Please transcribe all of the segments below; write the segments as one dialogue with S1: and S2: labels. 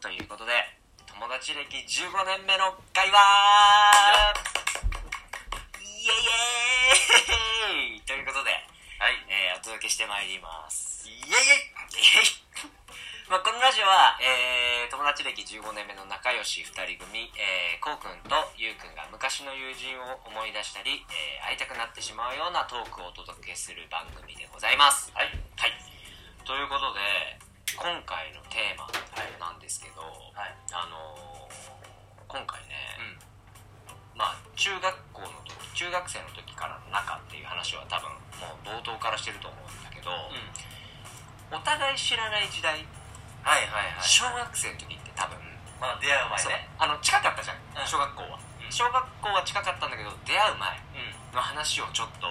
S1: ということで友達歴15年目の会話イエイイエーイということで、
S2: はい。
S1: えーお届けしてまいります
S2: イエイ
S1: イエイまあ、このラジオは、えー友達歴15年目の仲良し2人組、えー、こうくんとゆうくんが昔の友人を思い出したり、えー会いたくなってしまうようなトークをお届けする番組でございます。
S2: はい。
S1: はい、ということで今回のテーマなんですけど、
S2: はい。
S1: あのー今回
S2: う
S1: ね、
S2: ん。
S1: まあ、中学校の時中学生の時からの仲っていう話は多分もう冒頭からしてると思うんだけど、
S2: うん。
S1: お互い知らない時代
S2: はいはいはい。
S1: 小学生の時って多分、
S2: まあ出会う
S1: そう
S2: 前ね。
S1: あの近かったじゃん、
S2: うん
S1: 小学校は、
S2: うん
S1: 小学校は近かったんだけど出会う前
S2: う
S1: の話をちょっと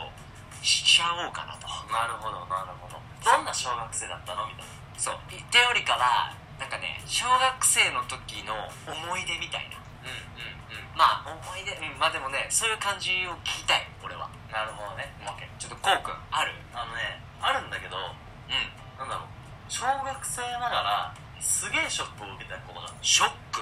S1: しちゃおうかなと
S2: ん。なるほどなるほど。どんな小学生だったのみたいな。
S1: そうってよりかはなんかね小学生の時の思い出みたいな
S2: うんうんう
S1: まあ思い出うんまあでもねそういう感じを聞きたい俺は
S2: ん。なるほどね。オッケー。
S1: ちょっとこうくんある
S2: あのね、あるんだけど、
S1: うん
S2: なんだろう。小学生ながら、すげえショックを受けたことがある。
S1: ショック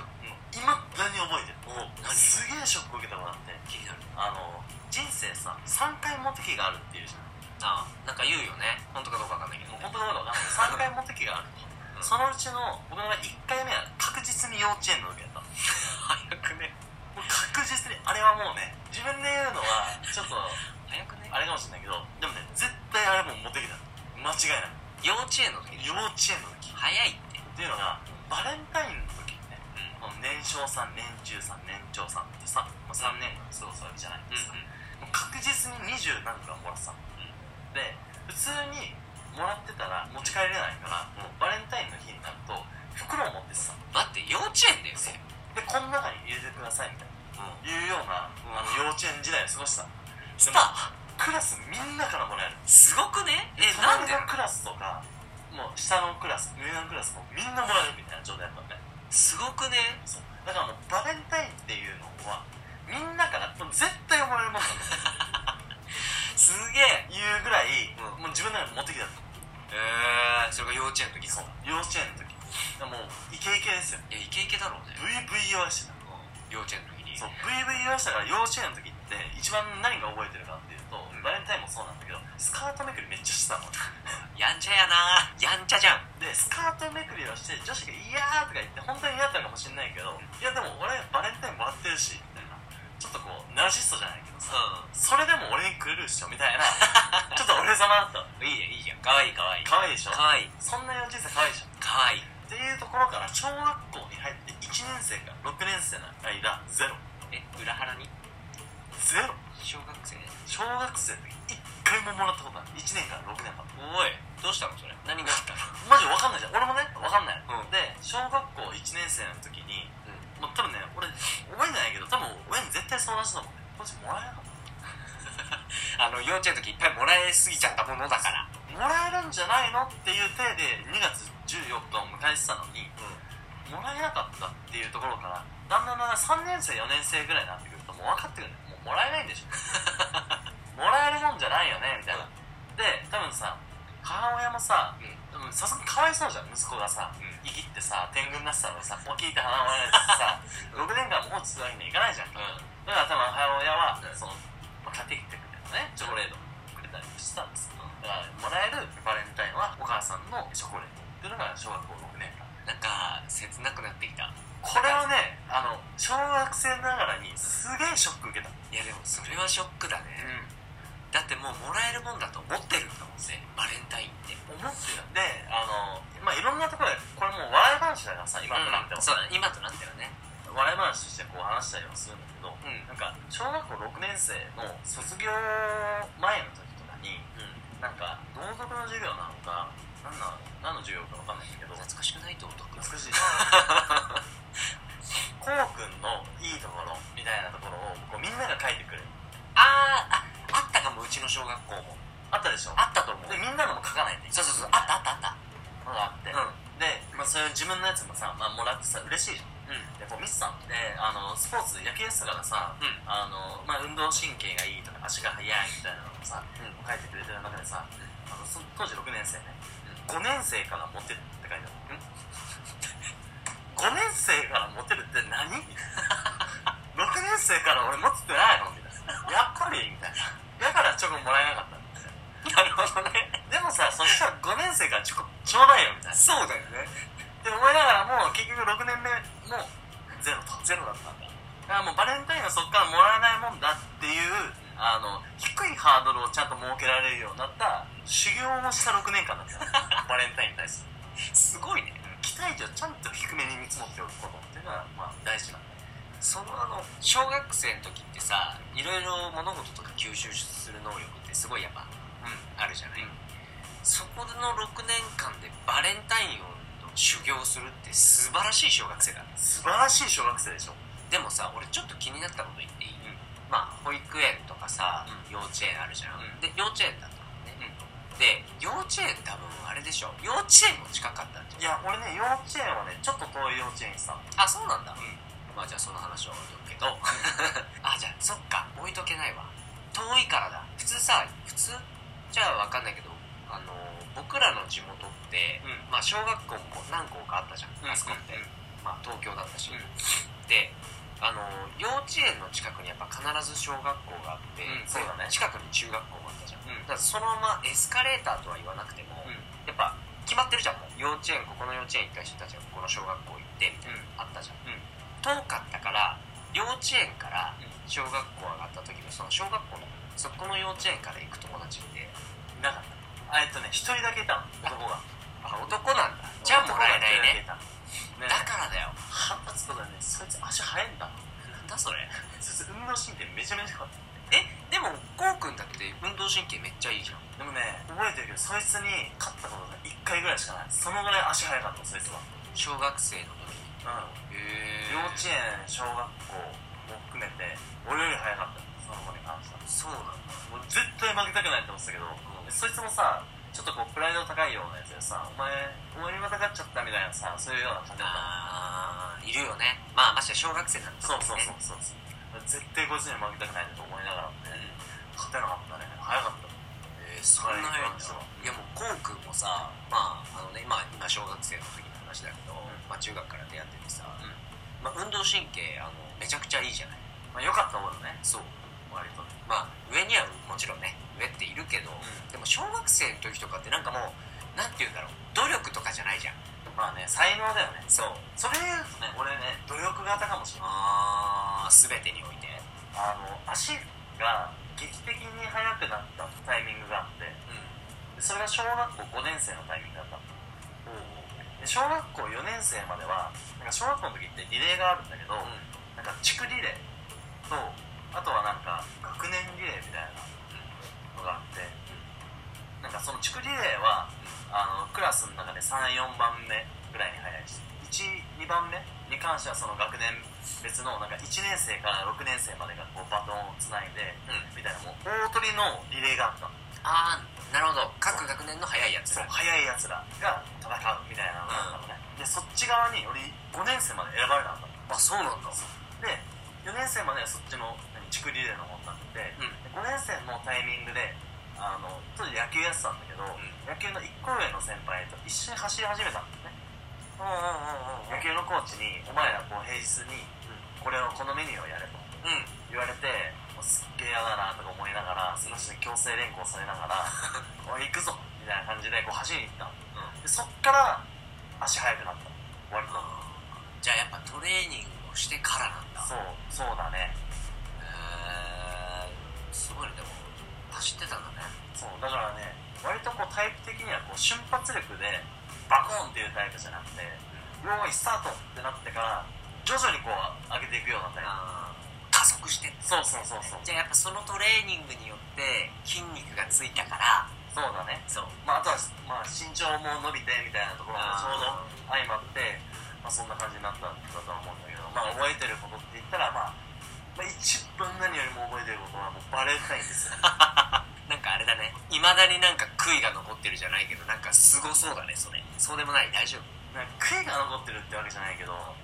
S2: 今、何覚えてる
S1: お何
S2: すげえショックを受けたことあって。
S1: 気になる
S2: あの、人生さ、3回モテ期があるっていうじゃ
S1: あ
S2: ん。
S1: あなんか言うよね本当かどうかわかんないけど
S2: も
S1: ね
S2: う本当のことわかんない3回モテ期がある
S1: うん
S2: そのうちの僕の1回目は確実に幼稚園の時やったもう
S1: 早くね
S2: 確実にあれはもうね自分で言うのはちょっとあ
S1: 早くね
S2: れかもしれないけどでもね絶対あれもうモテ期だ間違いない
S1: 幼稚園の時
S2: 幼稚園の時っ
S1: 早いって
S2: ていうのがバレンタインの時にね
S1: うん
S2: この年少さん年中さん年長さんってさ、まあ、3年間過ごすわけじゃないですか、もう確実に二十何個はもらってたの、で普通にもらってたら持ち帰れないから、もうバレンタインの日になると袋を持ってってたの
S1: 待って幼稚園だよね
S2: でこの中に入れてくださいみたいないうよう
S1: ん
S2: な、あの幼稚園時代を過ごしたの
S1: ス
S2: でも
S1: パ
S2: クラスみんなからもらえる
S1: すごくねえなんで
S2: 隣のクラスとかもう下のクラス上のクラスもみんなもらえるみたいな状態だったのね
S1: すごくね
S2: そうだからもうバレンタインっていうのはみんなからもう絶対もらえるもんだと
S1: すげえ
S2: いうぐらい、
S1: うん
S2: もう自分なら持ってきたの
S1: えー、それが幼稚園の時
S2: そう幼稚園の時もうイケイケですよ
S1: いやイケイケだろうね
S2: VV 言わしてた
S1: 幼稚園の時に
S2: そう VV 言わしたから幼稚園の時って一番何が覚えてるかっていうと、
S1: ん
S2: バレンタインもそうなんだけどスカートめくりめっちゃしてたの
S1: やんちゃやなやんちゃじゃん
S2: でスカートめくりをして女子が「いやー」とか言って本当に嫌だったのかもしれないけどいやでも俺バレンタインもらってるしみたいなちょっとこうナルシストじゃないけどさ
S1: う
S2: それでも俺にくれるっしょみたいな ちょっと俺様だったの
S1: んいいねいいじゃんかわいいかわいい
S2: 可愛いでしょ
S1: かわいい
S2: そんな幼稚園生可愛いでしょ
S1: かわいい
S2: っていうところから小学校に入って1年生から6年生の間ゼロ
S1: え裏腹に
S2: ゼロ
S1: 小学生
S2: 小学生の時一回ももらったことない1年から6年間
S1: おいどうしたのそれ何があったの
S2: マジで分かんないじゃん俺もね分かんない、
S1: うん
S2: で小学校1年生の時に
S1: う
S2: もう多分ね俺覚えてないけど多分親に絶対相談したと思うねこっちもらえなかった
S1: あの幼稚園の時いっぱいもらえすぎちゃったものだから
S2: もらえるんじゃないのっていう体で2月14日を迎えてたのにもらえなかったっていうところからだんだんだんだん3年生4年生ぐらいになってくるともう分かってくるねもうもらえないんでしょもらえるもんじゃないよねみたいな、
S1: う
S2: で多分さ母親もさ
S1: うん
S2: 多分さすがにかわいそうじゃん息子がさ
S1: うん
S2: 生きってさ天狗になってたのにさ大きいって鼻を割られ てさ6年間も放置するわけにはいかないじゃん、だから多分母親は
S1: うん
S2: その、まあ、買ってきてくれたねチョコレートくれたりもしてたんですよだからもらえるバレンタインはお母さんのチョコレートっていうのが小学校6年間
S1: なんか切なくなってきた
S2: これはねあの小学生ながらにすげえショック受けた
S1: いやでもそれはショックだね、だってもうもらえるもんだと思ってるんだもんねバレンタインって
S2: 思ってたであのまあいろんなところでこれもう笑い話だからさ今となっ
S1: う
S2: ても
S1: ん、そうだね今となってはね
S2: 笑い話としてこう話したりはするんだけど
S1: うんうん
S2: なんか小学校6年生の卒業前の時とかになんか道徳の授業なのか何なの何の授業か分かんないんだけど
S1: 懐かしくないとお得
S2: 美しい こうくんのいいところみたいなところをこうみんなが書いてくれる
S1: あーああったかもうちの小学校も
S2: あったでしょ
S1: あったと思う
S2: でみんなのも書かないといけない
S1: そうそうそうあったあったあった
S2: のがあって、
S1: う
S2: で、まあ、そういう自分のやつもさ、まあ、もらってさ嬉しいじゃん
S1: んうん
S2: でこうミスさんってあのスポーツ野球やってたからさ
S1: うん
S2: あの、まあ、運動神経がいいとか足が速いみたいなのをさ、
S1: うん
S2: 書いてくれてる中でさ、
S1: ん
S2: あのそ当時6年生ね、5年生から持ってるって書いてある、5年 もらえなかったんですよ
S1: なるほどね。
S2: でもさそしたら5年生からちょこちょうだいよみたいな
S1: そうだよね。
S2: で思いながらもう結局6年目もゼロとゼロだったんだだからもうバレンタインはそっからもらえないもんだっていうあの低いハードルをちゃんと設けられるようになった修行をした6年間 だったよバレンタインに対す
S1: す
S2: る
S1: ごいね。
S2: 期待値をちゃんと低めに見積もっておくことっていうのは、まあ、大事なんだ
S1: そのあの小学生の時ってさいろいろ物事とか吸収する能力ってすごいやっぱ、うん、あるじゃない、
S2: うん
S1: そこの6年間でバレンタインを修行するって素晴らしい小学生だね
S2: 素晴らしい小学生でしょ
S1: でもさ俺ちょっと気になったこと言っていい、
S2: うん
S1: まあ保育園とかさ、
S2: う
S1: 幼稚園あるじゃん、
S2: うん
S1: で幼稚園だったのね、で幼稚園多分あれでしょ幼稚園も近かったんじゃん
S2: いや俺ね幼稚園はねちょっと遠い幼稚園にさ
S1: あそうなんだ、まあじゃあその話は置いとくけど あじゃあそっか置いとけないわ遠いからだ普通さ普通じゃあ分かんないけどあの僕らの地元って、
S2: うん
S1: まあ小学校も何校かあったじゃん、あそこって、
S2: うんうん
S1: まあ東京だったし、
S2: うん
S1: であの幼稚園の近くにやっぱ必ず小学校があって、
S2: うんそうだね
S1: 近くに中学校もあったじゃん、
S2: うん
S1: だからそのままエスカレーターとは言わなくても、
S2: うん
S1: やっぱ決まってるじゃんもう幼稚園ここの幼稚園行った人たちはここの小学校行ってみたいな、あったじゃん、
S2: うん
S1: 遠かったから幼稚園から
S2: うん
S1: 小学校上がった時のその小学校のそこの幼稚園から行く友達って
S2: いなかったあえっとね一人だけいたの男が
S1: あ男なんだじゃあもらえないね
S2: 男が一人だけいたのね
S1: だからだよ
S2: 腹立つことはねそいつ足速いんだ
S1: なんだそれ
S2: そいつ運動神経めちゃめちゃ良かった
S1: えでもこうくんだって運動神経めっちゃいいじゃん
S2: でもね覚えてるけどそいつに勝ったことが1回ぐらいしかないそのぐらい足速かったそいつは
S1: 小学生の時にへ
S2: うん幼稚園小学校も含めて俺より速かったその子に関しては
S1: そうなんだ
S2: もう絶対負けたくないって思ってたけど、そいつもさちょっとこうプライド高いようなやつでさお前お前にまた勝っちゃったみたいなさそういうような感じだっ
S1: あ
S2: た
S1: ーいるよねまあましてや小学生なんだ
S2: そうそう
S1: ね
S2: そうそうそう絶対こっちに負けたくないと思いながらもね勝てなかったね早かった
S1: えーそんなような人いやもうこうくんもさまああのね今今小学生の時の話だけど、
S2: ん
S1: まあ、中学から出会っててさ、
S2: うん
S1: まあ、運動神経あのめちゃくちゃいいじゃない
S2: まあ良かった方だね
S1: そう
S2: 割とね
S1: まあ上にはもちろんね上っているけど、でも小学生の時とかってなんかもうなんて言うんだろう努力とかじゃないじゃん
S2: まあね才能だよね
S1: そう
S2: それで言うとね俺ね努力型かもしれな
S1: ああ
S2: い
S1: 全てにおいて
S2: あの足が劇的に速くなったタイミングがあって
S1: うん
S2: でそれが小学校5年生のタイミングだったので小学校4年生まではなんか小学校の時ってリレーがあるんだけど、なんか地区リレーとあとはなんか学年リレーみたいなのがあって、なんかその地区リレーはあのクラスの中で34番目ぐらいに速いし12番目に関してはその学年別のなんか1年生から6年生までがこうバトンをつないで
S1: うん
S2: みたいなもう大取りのリレーがあったの
S1: ああなるほど各学年の早いやつ
S2: そう速いやつらが戦うみたいなのがあったのね、でそっち側に俺5年生まで選ばれなかった
S1: あ
S2: の
S1: そうなんだ
S2: で4年生まではそっちの何地区リレーの方になってて、
S1: うん
S2: で5年生のタイミングであのちょっと野球やってたんだけど、
S1: ん
S2: 野球の1個上の先輩と一緒に走り始めたんだよね
S1: うんうん
S2: 野球のコーチに「お前らこう平日にこれをこのメニューをやれ」と
S1: うんうんうん
S2: 言われてもうすっげえ嫌だなとか思いながらその人に強制連行されなが ら「おい行くぞ」みたいな感じでこう走りに行ったのでそっから足速くなった割と
S1: じゃあやっぱトレーニングをしてからなんだ
S2: そうそうだね
S1: へーすごいねでも走ってたんだね
S2: そうだからね割とこうタイプ的にはこう瞬発力でバコーンっていうタイプじゃなくて「よーいスタート!」ってなってから徐々にこう上げていくようなタイプ
S1: あー加速してった
S2: そうそうそうそう
S1: じゃあやっぱそのトレーニングによって筋肉がついたから
S2: そうだね
S1: そう
S2: まああとは、まあ、身長も伸びてみたいなところがちょうど相まって、まあ、そんな感じになったんだとは思うんだけどまあ覚えてることって言ったらまあ、まあ、一番何よりも覚えてることはもうバレンタインですよ
S1: なんかあれだねいまだになんか悔いが残ってるじゃないけどなんかすごそうだねそれそうでもない大丈夫
S2: なんか悔いが残ってるってわけじゃないけど、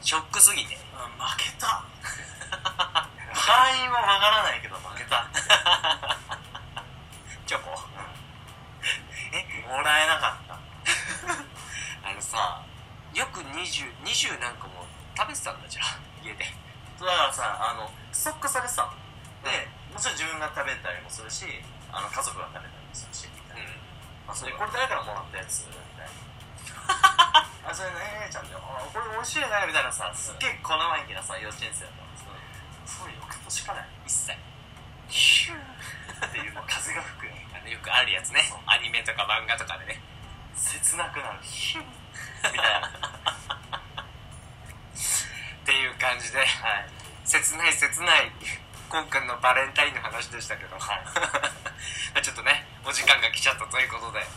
S1: ショックすぎて
S2: あ負け た敗因はわからないけど負けた
S1: チョコ
S2: もらえなかった
S1: あのさよく2020なんかも食べてたんだじゃあ家で
S2: だからさあのストックされてたのでもちろん自分が食べたりもするしあの家族が食べたりもするしみたいな、まあ、それ
S1: そう
S2: これ誰からもらったやつみ たいなあそれねえちゃんであこれ美味しいねみたいなさすっげえこの前気なさ幼稚園生だったんですけどそういう翌年から一切
S1: シュー
S2: っていうの風が吹くよ
S1: あのよくあるやつね
S2: そう
S1: アニメとか漫画とかでね
S2: 切なくなるヒュンみたいな
S1: っていう感じで
S2: はい
S1: 切ない切ないコン君のバレンタインの話でしたけど、
S2: はい
S1: ちょっとねお時間が来ちゃったということで
S2: はい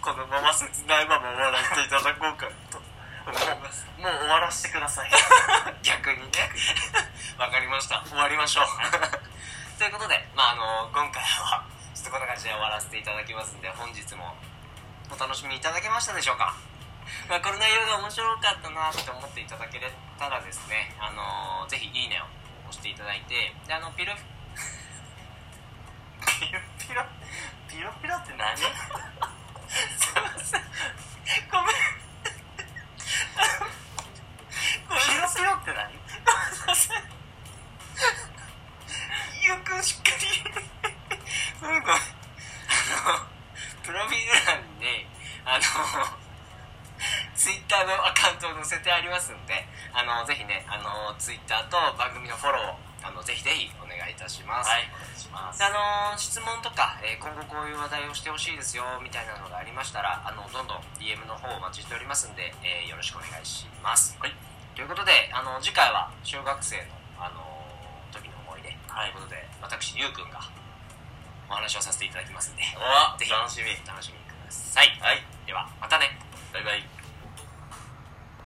S1: このまま切ないまま終わらせていただこうかと思います
S2: もう終わらせてください
S1: 逆にね わかりました終わりましょう ということで、まあ、あの今回はちょっとこんな感じで終わらせていただきますんで本日もお楽しみいただけましたでしょうか、まあ、この内容が面白かったなって思っていただけたらですね、あのぜひ「いいね」を押していただいてであのピロフ
S2: ピロピロピロピロって何
S1: すいませんごめんごめん
S2: ピロピロって何
S1: すいませんゆうくんしっかりなんかあのプロフィール欄にあのツイッターのアカウントを載せてありますんであのぜひねあのツイッターと番組のフォローをあのぜひぜひお願いいたします、
S2: はいお願いします
S1: であのー質問とか、えー今後こういう話題をしてほしいですよみたいなのがありましたらあのどんどん DM の方お待ちしておりますんで、えーよろしくお願いします、
S2: はい
S1: ということであの次回は小学生の、あのー時の思い出と
S2: はい
S1: いうことで、私ゆうくんがお話をさせていただきますんで
S2: お
S1: ぜひ
S2: 楽しみ
S1: 楽しみにください、
S2: はい
S1: ではまたね
S2: バイバイ